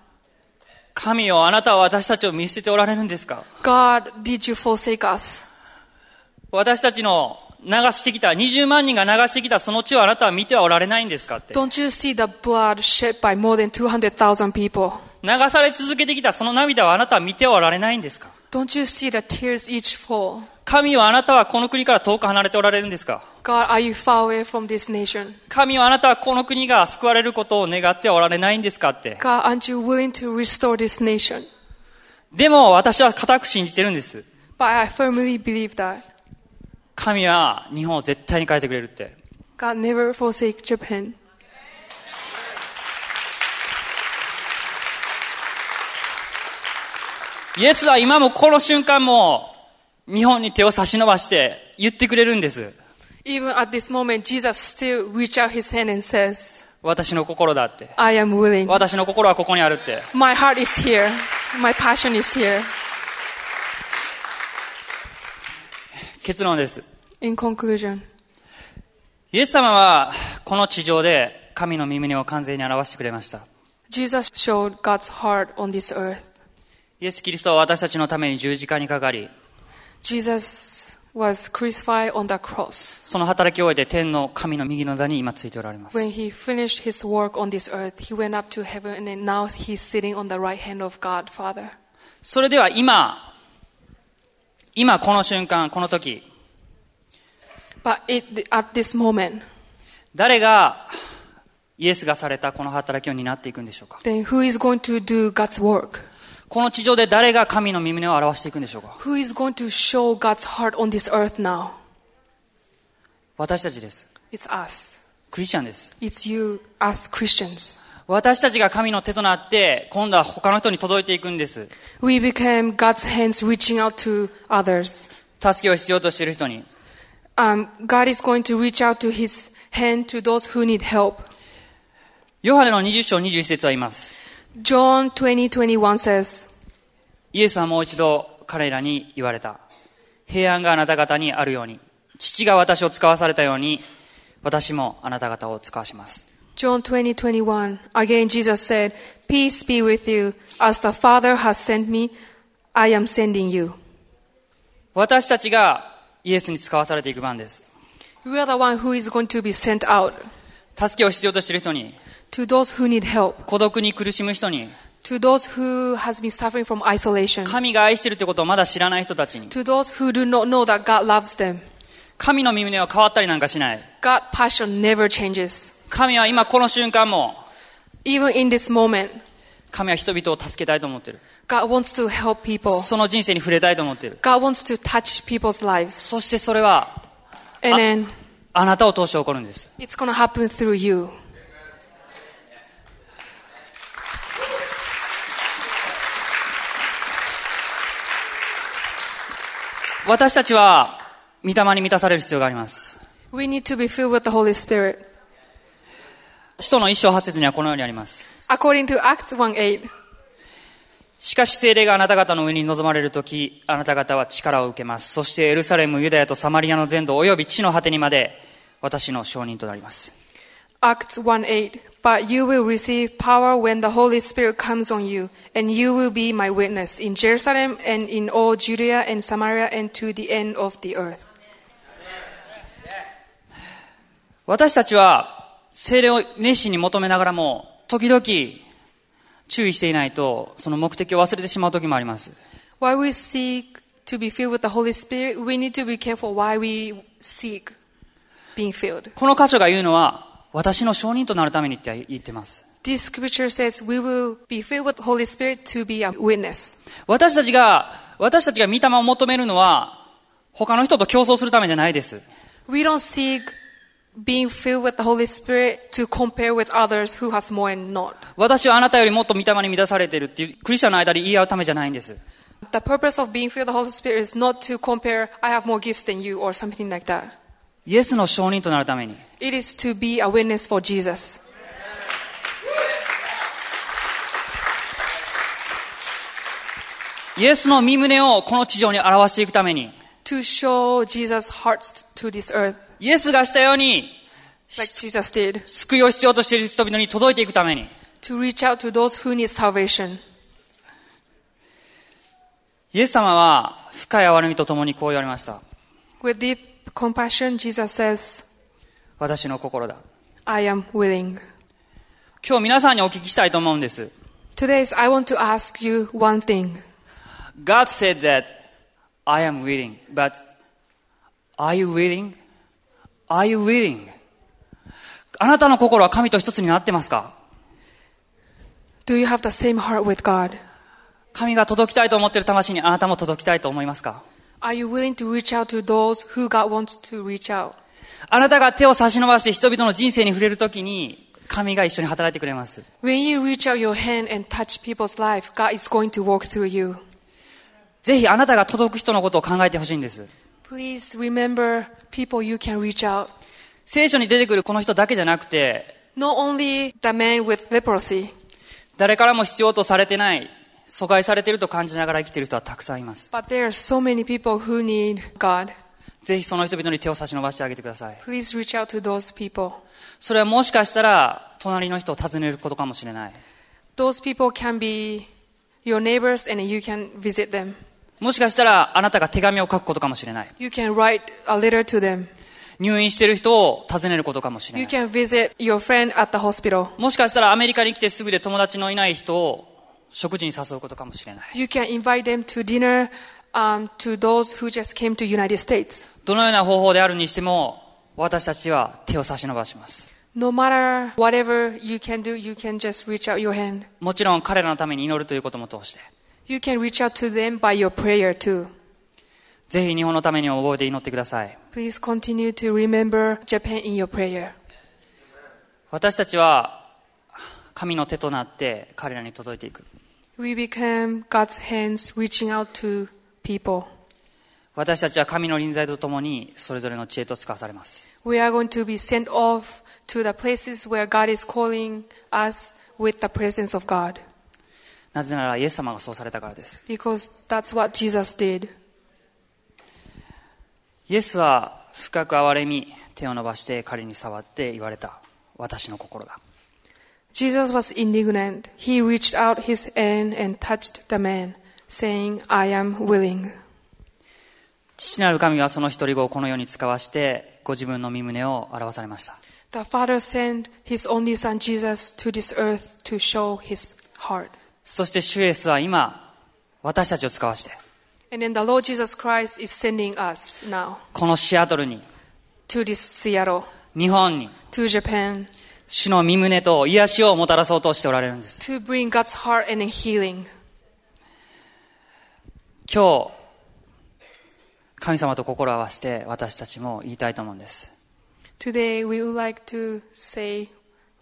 [SPEAKER 2] 神よあなたは私たちを見捨てておられるんですか
[SPEAKER 3] God, did you forsake us?
[SPEAKER 2] 私たちの流してきた20万人が流してきたその地をあなたは見てはおられないんですかって
[SPEAKER 3] Don't you see the blood shed by more than 200,000 people?
[SPEAKER 2] 流され続けてきたその涙をあなたは見てはおられないんですか
[SPEAKER 3] Don't you see the tears each fall?
[SPEAKER 2] 神はあなたはこの国から遠く離れておられるんですか
[SPEAKER 3] God, are you far away from this nation?
[SPEAKER 2] 神はあなたはこの国が救われることを願ってはおられないんですかって
[SPEAKER 3] God, aren't you willing to restore this nation?
[SPEAKER 2] でも私は固く信じてるんです
[SPEAKER 3] But I firmly believe that
[SPEAKER 2] 神は日本を絶対に変えてくれるって
[SPEAKER 3] God never forsake Japan.
[SPEAKER 2] イエスは今もこの瞬間も日本に手を差し伸ばして言ってくれるんです。
[SPEAKER 3] Even at this moment, Jesus still reach out his hand and says,
[SPEAKER 2] 私の心だって。
[SPEAKER 3] I am willing.
[SPEAKER 2] 私の心はここにあるって。
[SPEAKER 3] My heart is here. My passion is here.
[SPEAKER 2] 結論です。
[SPEAKER 3] In conclusion,
[SPEAKER 2] イエス様はこの地上で神の身胸を完全に表してくれました。
[SPEAKER 3] Jesus showed God's heart on this earth.
[SPEAKER 2] イエス・キリストは私たちのために十字架にかかり、
[SPEAKER 3] Jesus was crucified on the cross.
[SPEAKER 2] その働きを終えて天の神の右の座に今ついておられます。
[SPEAKER 3] When he finished his work on this earth, he went up to heaven and now he's sitting on the right hand of God, Father.
[SPEAKER 2] それでは今、今この瞬間、この時、
[SPEAKER 3] But it, at this moment,
[SPEAKER 2] 誰がイエスがされたこの働きを担っていくんでしょうか
[SPEAKER 3] then who is going to do God's work?
[SPEAKER 2] この地上で誰が神の身胸を表していくんでしょうか
[SPEAKER 3] Who is going to show God's heart on this earth now?
[SPEAKER 2] 私たちです。
[SPEAKER 3] It's us.
[SPEAKER 2] クリスチャンです。
[SPEAKER 3] It's you, us Christians.
[SPEAKER 2] 私たちが神の手となって、今度は他の人に届いていくんです。
[SPEAKER 3] We became God's hands reaching out to others.
[SPEAKER 2] 助けを必要としている人に。
[SPEAKER 3] Um, God is going to reach out to his hand to those who need help.
[SPEAKER 2] ヨハネの20章21節は言います。
[SPEAKER 3] John 20 21 says,
[SPEAKER 2] イエスはもう一度彼らに言われた。平安があなた方にあるように、父が私を使わされたように、私もあなた方を使わします。
[SPEAKER 3] John 20 21. Again, Jesus said, Peace be with you. As the Father has sent me, I am sending you.
[SPEAKER 2] 私たちがイエスに使わされていく番です。
[SPEAKER 3] We are the one who is going to be sent out
[SPEAKER 2] 助けを必要としている人に、
[SPEAKER 3] to those who need help,
[SPEAKER 2] 孤独に苦しむ人に、
[SPEAKER 3] to those who has been suffering from isolation,
[SPEAKER 2] 神が愛しているということをまだ知らない人たちに、
[SPEAKER 3] to those who do not know that God loves them.
[SPEAKER 2] 神の身胸は変わったりなんかしない。
[SPEAKER 3] God passion never changes.
[SPEAKER 2] 神は今この瞬間も、
[SPEAKER 3] Even in this moment,
[SPEAKER 2] 神は人々を助けたいと思ってる。
[SPEAKER 3] God wants to help people.
[SPEAKER 2] その人生に触れたいと思ってる。
[SPEAKER 3] God wants to touch people's lives.
[SPEAKER 2] そしてそれは、
[SPEAKER 3] And then
[SPEAKER 2] あなたを通して起こるんです。
[SPEAKER 3] it's going to happen through you.
[SPEAKER 2] 私たちは、御霊に満たされる必要があります。
[SPEAKER 3] We need to be filled with the Holy Spirit.
[SPEAKER 2] 使徒の一章八節にはこのようにあります。
[SPEAKER 3] According to Acts 1 8,
[SPEAKER 2] しかし聖霊があなた方の上に臨まれるとき、あなた方は力を受けます。そしてエルサレム、ユダヤとサマリアの全土及び地の果てにまで、私の証人となります。
[SPEAKER 3] Acts 1 8, but you will receive power when the Holy Spirit comes on you, and you will be my witness in Jerusalem and in all Judea and Samaria and to the end of the earth.
[SPEAKER 2] 私たちは精霊を熱心に求めながらも時々注意していないとその目的を忘れてしまう時もあります
[SPEAKER 3] While we seek to be filled with the Holy Spirit, we need to be careful why we seek being filled.
[SPEAKER 2] この箇所が言うのは私の証人となるためにって言ってます
[SPEAKER 3] This scripture says we will be filled with Holy Spirit to be a witness.
[SPEAKER 2] 私たちが私たちが御霊を求めるのは他の人と競争するためじゃないです
[SPEAKER 3] We don't seek being filled with the Holy Spirit to compare with others who has more and not.
[SPEAKER 2] 私はあなたよりもっと御霊に満たされているっていうクリスチャンの間で言い合うためじゃないんです
[SPEAKER 3] The purpose of being filled with the Holy Spirit is not to compare, I have more gifts than you, or something like that.
[SPEAKER 2] イエスの証人となるために
[SPEAKER 3] It is to be a witness for Jesus.
[SPEAKER 2] イエスの身胸をこの地上に表していくために
[SPEAKER 3] to show Jesus' heart to this earth,
[SPEAKER 2] イエスがしたように
[SPEAKER 3] like Jesus did,
[SPEAKER 2] 救いを必要としている人々に届いていくために
[SPEAKER 3] to reach out to those who need salvation.
[SPEAKER 2] イエス様は深い憐れみとともにこう言われました
[SPEAKER 3] With deep compassion, Jesus says,
[SPEAKER 2] 私の心だ
[SPEAKER 3] I am willing.
[SPEAKER 2] 今日皆さんにお聞きしたいと思うんです
[SPEAKER 3] Today, I want to ask you one thing.
[SPEAKER 2] God said that I am willing, but are you willing? Are you willing? あなたの心は神と一つになってますか
[SPEAKER 3] Do you have the same heart with God?
[SPEAKER 2] 神が届きたいと思っている魂にあなたも届きたいと思いますか
[SPEAKER 3] Are you willing to reach out to those who God wants to reach out?
[SPEAKER 2] あなたが手を差し伸ばして人々の人生に触れるときに神が一緒に働いてくれます。
[SPEAKER 3] When you reach out your hand and touch people's life, God is going to walk through you.
[SPEAKER 2] ぜひあなたが届く人のことを考えてほしいんです。
[SPEAKER 3] Please remember people you can reach out.
[SPEAKER 2] 聖書に出てくるこの人だけじゃなくて、
[SPEAKER 3] Not only the man with leprosy,
[SPEAKER 2] 誰からも必要とされてない、阻害されていると感じながら生きている人はたくさんいます。
[SPEAKER 3] But there are so many people who need God.
[SPEAKER 2] ぜひその人々に手を差し伸ばしてあげてください。
[SPEAKER 3] Please reach out to those people.
[SPEAKER 2] それはもしかしたら隣の人を訪ねることかもしれない
[SPEAKER 3] Those people can be your neighbors and you can visit them.
[SPEAKER 2] もしかしたらあなたが手紙を書くことかもしれない
[SPEAKER 3] You can write a letter to them.
[SPEAKER 2] 入院している人を訪ねることかもしれ
[SPEAKER 3] You
[SPEAKER 2] ない
[SPEAKER 3] can visit your friend at the hospital.
[SPEAKER 2] もしかしたらアメリカに来てすぐで友達のいない人を食事に誘うことかもしれない
[SPEAKER 3] You can invite them to dinner um, to those who just came to United States.
[SPEAKER 2] どのような方法であるにしても私たちは手を差し伸ばします
[SPEAKER 3] No matter whatever you can do, you can just reach out your hand.
[SPEAKER 2] もちろん彼らのために祈るということも通して
[SPEAKER 3] You can reach out to them by your prayer too.
[SPEAKER 2] ぜひ日本のために覚えて祈ってください
[SPEAKER 3] Please continue to remember Japan in your prayer.
[SPEAKER 2] 私たちは神の手となって彼らに届いていく
[SPEAKER 3] We become God's hands reaching out to people.
[SPEAKER 2] 私たちは神の臨在とともにそれぞれの知恵と使わされます
[SPEAKER 3] We are going to be sent off to the places where God is calling us with the presence of God
[SPEAKER 2] なぜならイエス様がそうされたからです。
[SPEAKER 3] because that's what Jesus did.
[SPEAKER 2] イエスは深く憐れみ、手を伸ばして彼に触って言われた。私の心だ。
[SPEAKER 3] Jesus was indignant. He reached out his hand and touched the man, saying, I am willing.
[SPEAKER 2] 父なる神はその一人子をこの世に使わして、ご自分の身胸を表されました。
[SPEAKER 3] The Father sent his only Son Jesus to this earth to show his heart.
[SPEAKER 2] そして主イエスは今、私たちを使わして、
[SPEAKER 3] And then the Lord Jesus Christ is sending us now
[SPEAKER 2] このシアトルに、
[SPEAKER 3] to this Seattle,
[SPEAKER 2] 日本に、
[SPEAKER 3] to Japan,
[SPEAKER 2] 主の身胸と癒しをもたらそうとしておられるんです。
[SPEAKER 3] to bring God's heart and healing.
[SPEAKER 2] 今日、神様と心を合わせて私たちも言いたいと思うんです。
[SPEAKER 3] Today we would like to say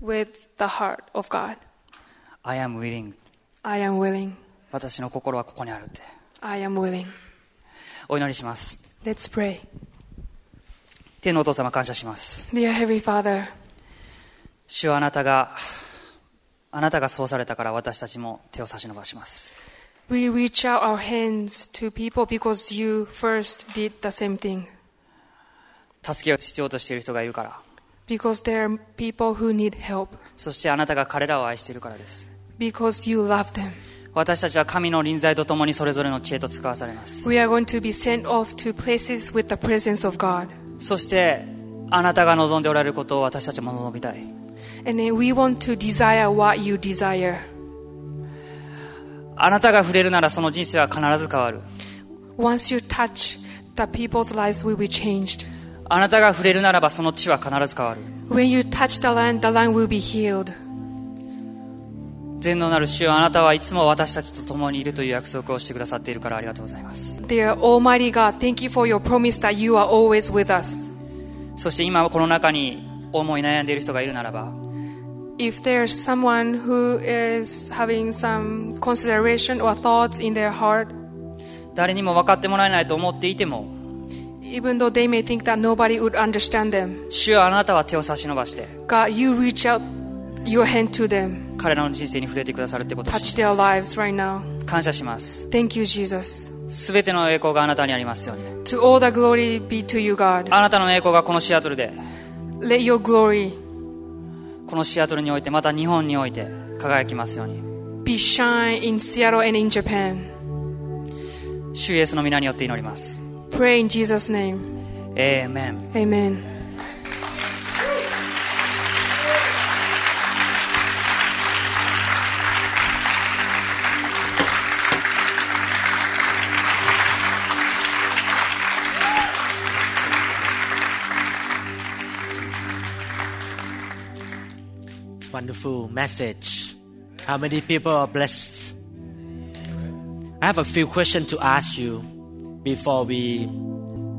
[SPEAKER 3] with the heart of God,
[SPEAKER 2] I am willing.
[SPEAKER 3] I am willing.
[SPEAKER 2] 私の心はここにあるって。
[SPEAKER 3] I am willing.
[SPEAKER 2] お祈りします。
[SPEAKER 3] Let's pray.
[SPEAKER 2] 天のお父様感謝します
[SPEAKER 3] Dear Heavenly Father,
[SPEAKER 2] 主はあなたがあなたがそうされたから私たちも手を差し伸ばします
[SPEAKER 3] we reach out our hands to people because you first did the same thing.
[SPEAKER 2] 助けを必要としている人がいるから
[SPEAKER 3] Because there are people who need help.
[SPEAKER 2] そしてあなたが彼らを愛しているからです
[SPEAKER 3] Because you love them.
[SPEAKER 2] 私たちは神の臨在とともにそれぞれの知恵と使わされます
[SPEAKER 3] We are going to be sent off to places with the presence of God.
[SPEAKER 2] そしてあなたが望んでおられることを私たちも望みたい
[SPEAKER 3] And then we want to desire what you desire.
[SPEAKER 2] あなたが触れるならその人生は必ず変わる
[SPEAKER 3] Once you touch, the people's lives will be changed.
[SPEAKER 2] あなたが触れるならばその地は必ず変わる
[SPEAKER 3] When you touch the land, the land will be healed.
[SPEAKER 2] 全能なる主よあなたはいつも私たちと共にいるという約束をしてくださっているからありがとうございます
[SPEAKER 3] Dear Almighty God, thank you for your promise that you are always with us.
[SPEAKER 2] そして今この中に思い悩んでいる人がいるならば
[SPEAKER 3] If there's someone who is having some consideration or thoughts in their heart,
[SPEAKER 2] 誰にも分かってもらえないと思っていても
[SPEAKER 3] Even though they may think that nobody would understand them,
[SPEAKER 2] 主はあなたは手を差し伸ばして
[SPEAKER 3] God, you reach out your hand to them.
[SPEAKER 2] 彼らの人生に触れてくださるってことを
[SPEAKER 3] Touch their lives right now.
[SPEAKER 2] 感謝します。
[SPEAKER 3] Thank you, Jesus.
[SPEAKER 2] すべての栄光があなたにありますように。
[SPEAKER 3] To all the glory be to you, God.
[SPEAKER 2] あなたの栄光がこのシアトルで、
[SPEAKER 3] Let your glory
[SPEAKER 2] このシアトルにおいて、また日本において輝きますように。
[SPEAKER 3] be shine in Seattle and in Japan.
[SPEAKER 2] 主イエスの皆によって祈ります。
[SPEAKER 3] Pray in Jesus' name.
[SPEAKER 2] エーメン。
[SPEAKER 3] Amen.
[SPEAKER 1] Wonderful message. How many people are blessed? I have a few questions to ask you before we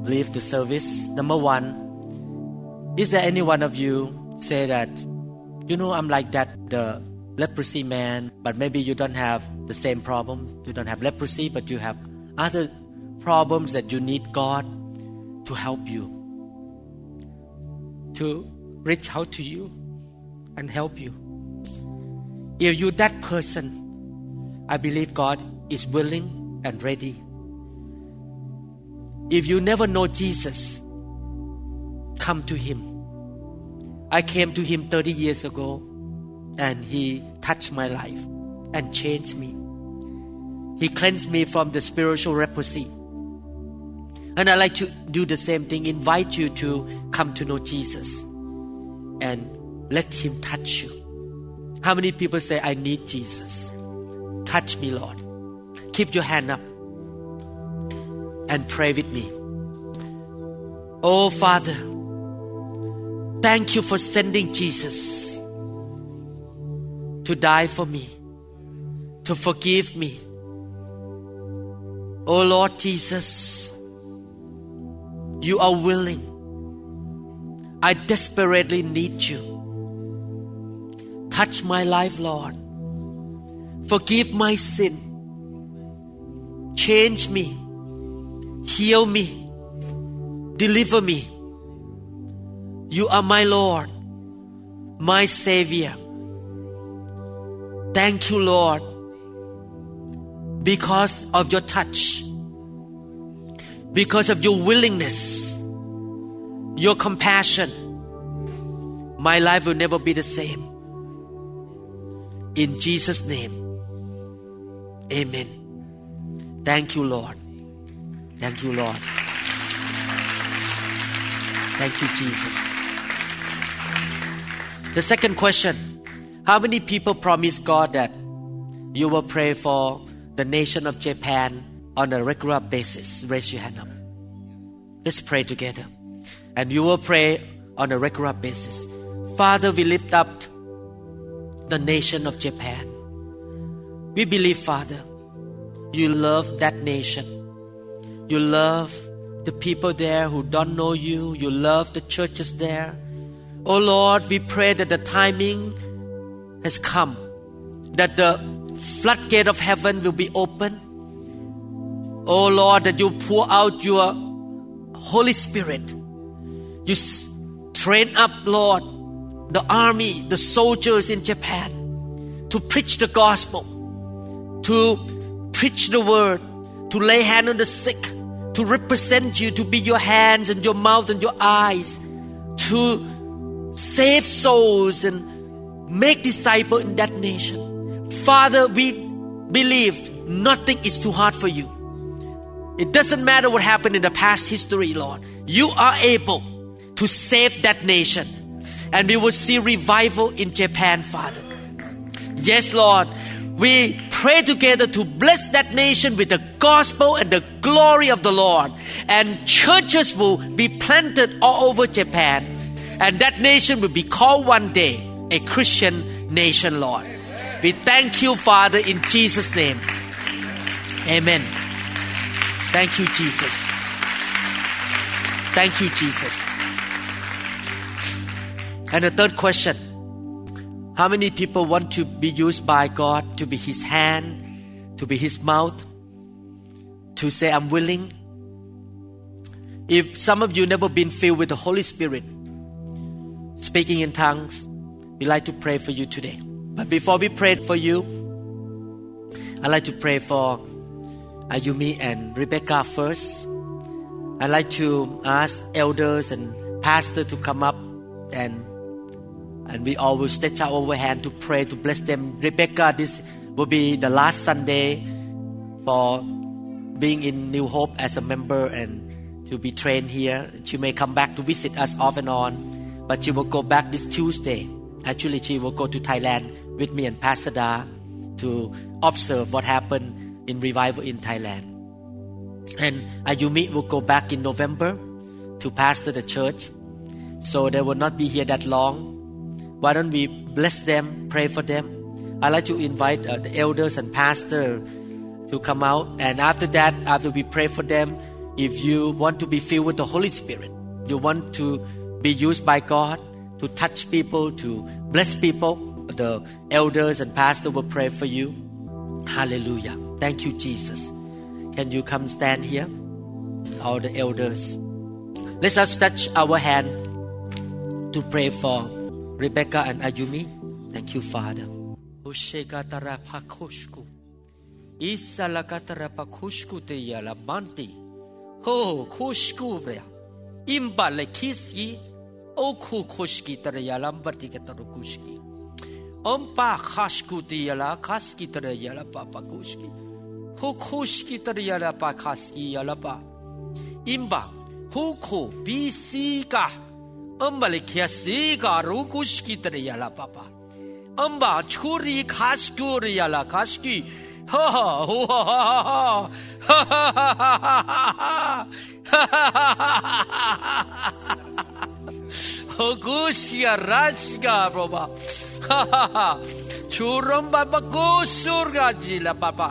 [SPEAKER 1] leave the service. Number one, is there any one of you say that, you know, I'm like that, the leprosy man, but maybe you don't have the same problem. You don't have leprosy, but you have other problems that you need God to help you, to reach out to you and help you. If you're that person, I believe God is willing and ready. If you never know Jesus, come to Him. I came to Him 30 years ago and He touched my life and changed me. He cleansed me from the spiritual leprosy. And I like to do the same thing, invite you to come to know Jesus and let Him touch you. How many people say, I need Jesus? Touch me, Lord. Keep your hand up and pray with me. Oh, Father, thank you for sending Jesus to die for me, to forgive me. Oh, Lord Jesus, you are willing. I desperately need you. Touch my life, Lord. Forgive my sin. Change me. Heal me. Deliver me. You are my Lord, my Savior. Thank you, Lord, because of your touch, because of your willingness, your compassion. My life will never be the same. In Jesus' name. Amen. Thank you, Lord. Thank you, Lord. Thank you, Jesus. The second question How many people promise God that you will pray for the nation of Japan on a regular basis? Raise your hand up. Let's pray together. And you will pray on a regular basis. Father, we lift up the nation of Japan. We believe, Father, you love that nation. You love the people there who don't know you. You love the churches there. Oh Lord, we pray that the timing has come, that the floodgate of heaven will be open. Oh Lord, that you pour out your Holy Spirit. You s- train up, Lord, the army, the soldiers in Japan to preach the gospel, to preach the word, to lay hand on the sick, to represent you, to be your hands and your mouth and your eyes, to save souls and make disciple in that nation. Father, we believe nothing is too hard for you. It doesn't matter what happened in the past history, Lord. You are able to save that nation. And we will see revival in Japan, Father. Yes, Lord. We pray together to bless that nation with the gospel and the glory of the Lord. And churches will be planted all over Japan. And that nation will be called one day a Christian nation, Lord. We thank you, Father, in Jesus' name. Amen. Thank you, Jesus. Thank you, Jesus. And the third question How many people want to be used by God to be His hand, to be His mouth, to to say, I'm willing. If some of you never been filled with the Holy Spirit, speaking in tongues, we like to pray for you today. But before we pray for you, I'd like to pray for Ayumi Uh, and Rebecca first. I'd like to ask elders and pastor to come up and and we all will stretch out our hand to pray to bless them. Rebecca, this will be the last Sunday for being in New Hope as a member and to be trained here. She may come back to visit us off and on, but she will go back this Tuesday. Actually, she will go to Thailand with me and Pastor Da to observe what happened in revival in Thailand. And Ayumi will go back in November to pastor the church. So they will not be here that long. Why don't we bless them, pray for them? I'd like to invite uh, the elders and pastor to come out. And after that, after we pray for them, if you want to be filled with the Holy Spirit, you want to be used by God to touch people, to bless people, the elders and pastor will pray for you. Hallelujah. Thank you, Jesus. Can you come stand here? All the elders. Let us touch our hand to pray for Rebecca and Ayumi. Thank you, Father. Ushegatarapakushku. Isalakatarapakushku te yalabanti. Ho kushku rea. Imbale kiski. Oku kushki tere yalambati ketaru kushki. Ompa kashku te yala kaski tere yalapa kushki. Ho kushki tere yalapa kaski yalapa. Imba huku bisika ambale kiasika rukushki tere yala papa amba churi kashkuri yala kashki ha ha hu, ha ha ha ha ha ha ha ha Hokushia rashga roba ha ha ha churom baba kusurga jila papa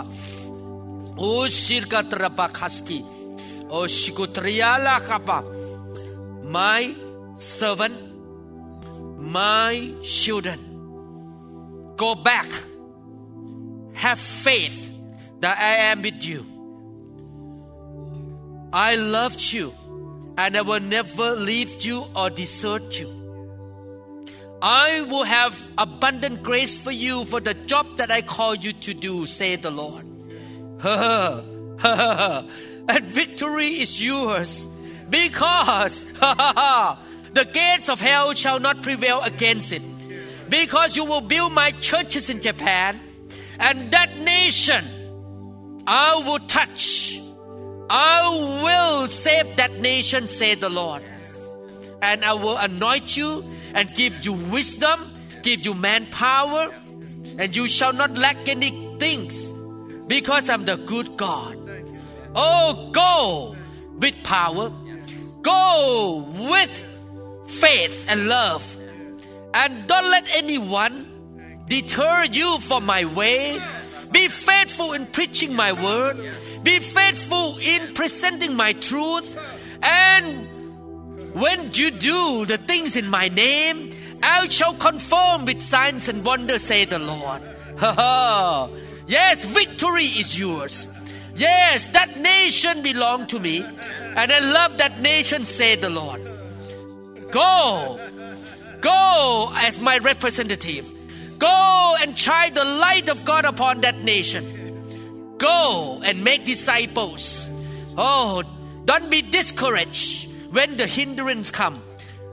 [SPEAKER 1] Ushirka trapa kaski. Oshikutriala kapa. My servant, my children, go back. Have faith that I am with you. I loved you and I will never leave you or desert you. I will have abundant grace for you for the job that I call you to do, say the Lord. and victory is yours because the gates of hell shall not prevail against it. Because you will build my churches in Japan and that nation I will touch. I will save that nation, say the Lord. And I will anoint you and give you wisdom, give you manpower, and you shall not lack any things because I'm the good God. Oh, go with power, go with faith and love, and don't let anyone deter you from my way. Be faithful in preaching my word, be faithful in presenting my truth, and when you do the things in my name, I shall conform with signs and wonders, say the Lord. yes, victory is yours. Yes, that nation belonged to me, and I love that nation, say the Lord. Go, go as my representative. Go and shine the light of God upon that nation. Go and make disciples. Oh, don't be discouraged when the hindrance come.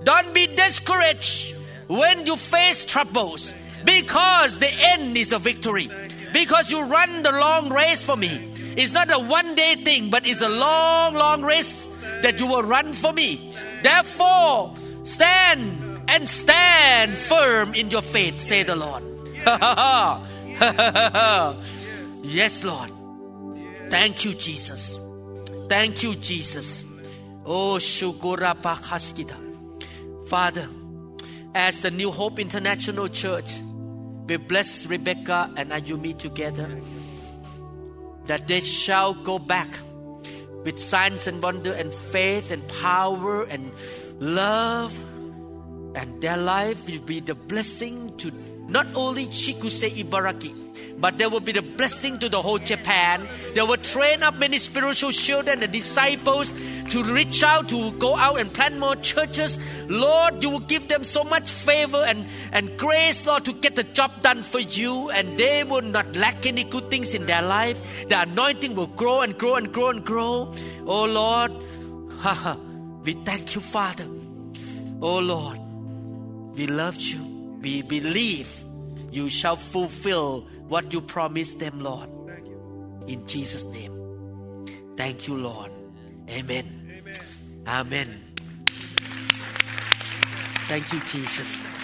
[SPEAKER 1] Don't be discouraged when you face troubles, because the end is a victory. Because you run the long race for me. It's not a one day thing, but it's a long, long race that you will run for me. Therefore, stand and stand firm in your faith, say the Lord. yes, Lord. Thank you, Jesus. Thank you, Jesus. Oh, shukura pakaskita. Father, as the New Hope International Church, we bless Rebecca and Ayumi together that they shall go back with signs and wonder and faith and power and love and their life will be the blessing to not only Chikusei Ibaraki, but there will be the blessing to the whole Japan. They will train up many spiritual children, the disciples, to reach out, to go out and plant more churches. Lord, you will give them so much favor and, and grace, Lord, to get the job done for you, and they will not lack any good things in their life. The anointing will grow and grow and grow and grow. Oh Lord, we thank you, Father. Oh Lord, we loved you. We believe you shall fulfill what you promised them, Lord. In Jesus' name. Thank you, Lord. Amen. Amen. Thank you, Jesus.